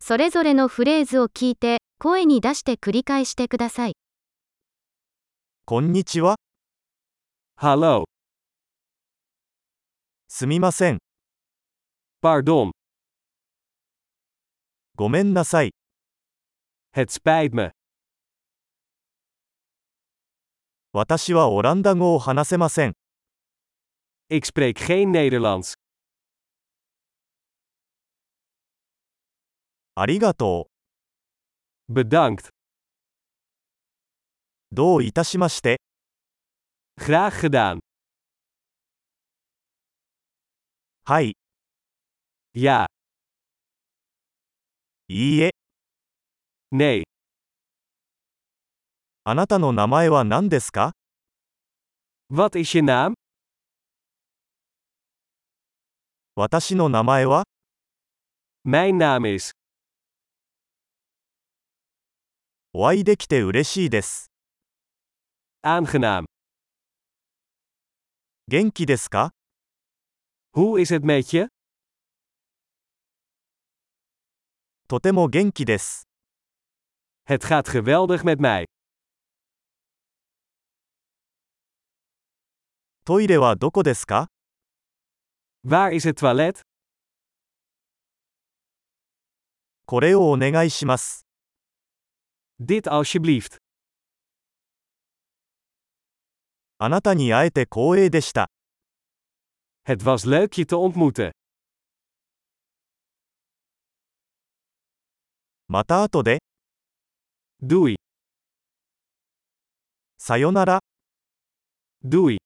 それぞれのフレーズを聞いて、声に出して繰り返してください。こんにちは。 Hallo, すみません。 pardon, ごめんなさい。 het spijt me. 私はオランダ語を話せません。 Ik spreek geen Nederlands. ありがと Bedankt. う。どういたしまして。 Graag gedaan. はい、 Ja, いいえ。 nee. あなたの名前は何ですか Wat is je naam? 私の名前は Mijn naam is. お会いできて嬉しいです。 Aangenaam. 元気ですか Hoe is het met je? とても元気です。 Het gaat geweldig met mij. トイレはどこですか Waar is het toilet? これをお願いします。 Dit alsjeblieft. あなたに会えて光栄でした。 Het was leuk je te ontmoeten. また後で、 Doei, さよなら。 doei.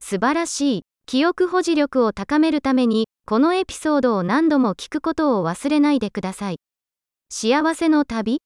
素晴らしい。記憶保持力を高めるために、このエピソードを何度も聞くことを忘れないでください。幸せの旅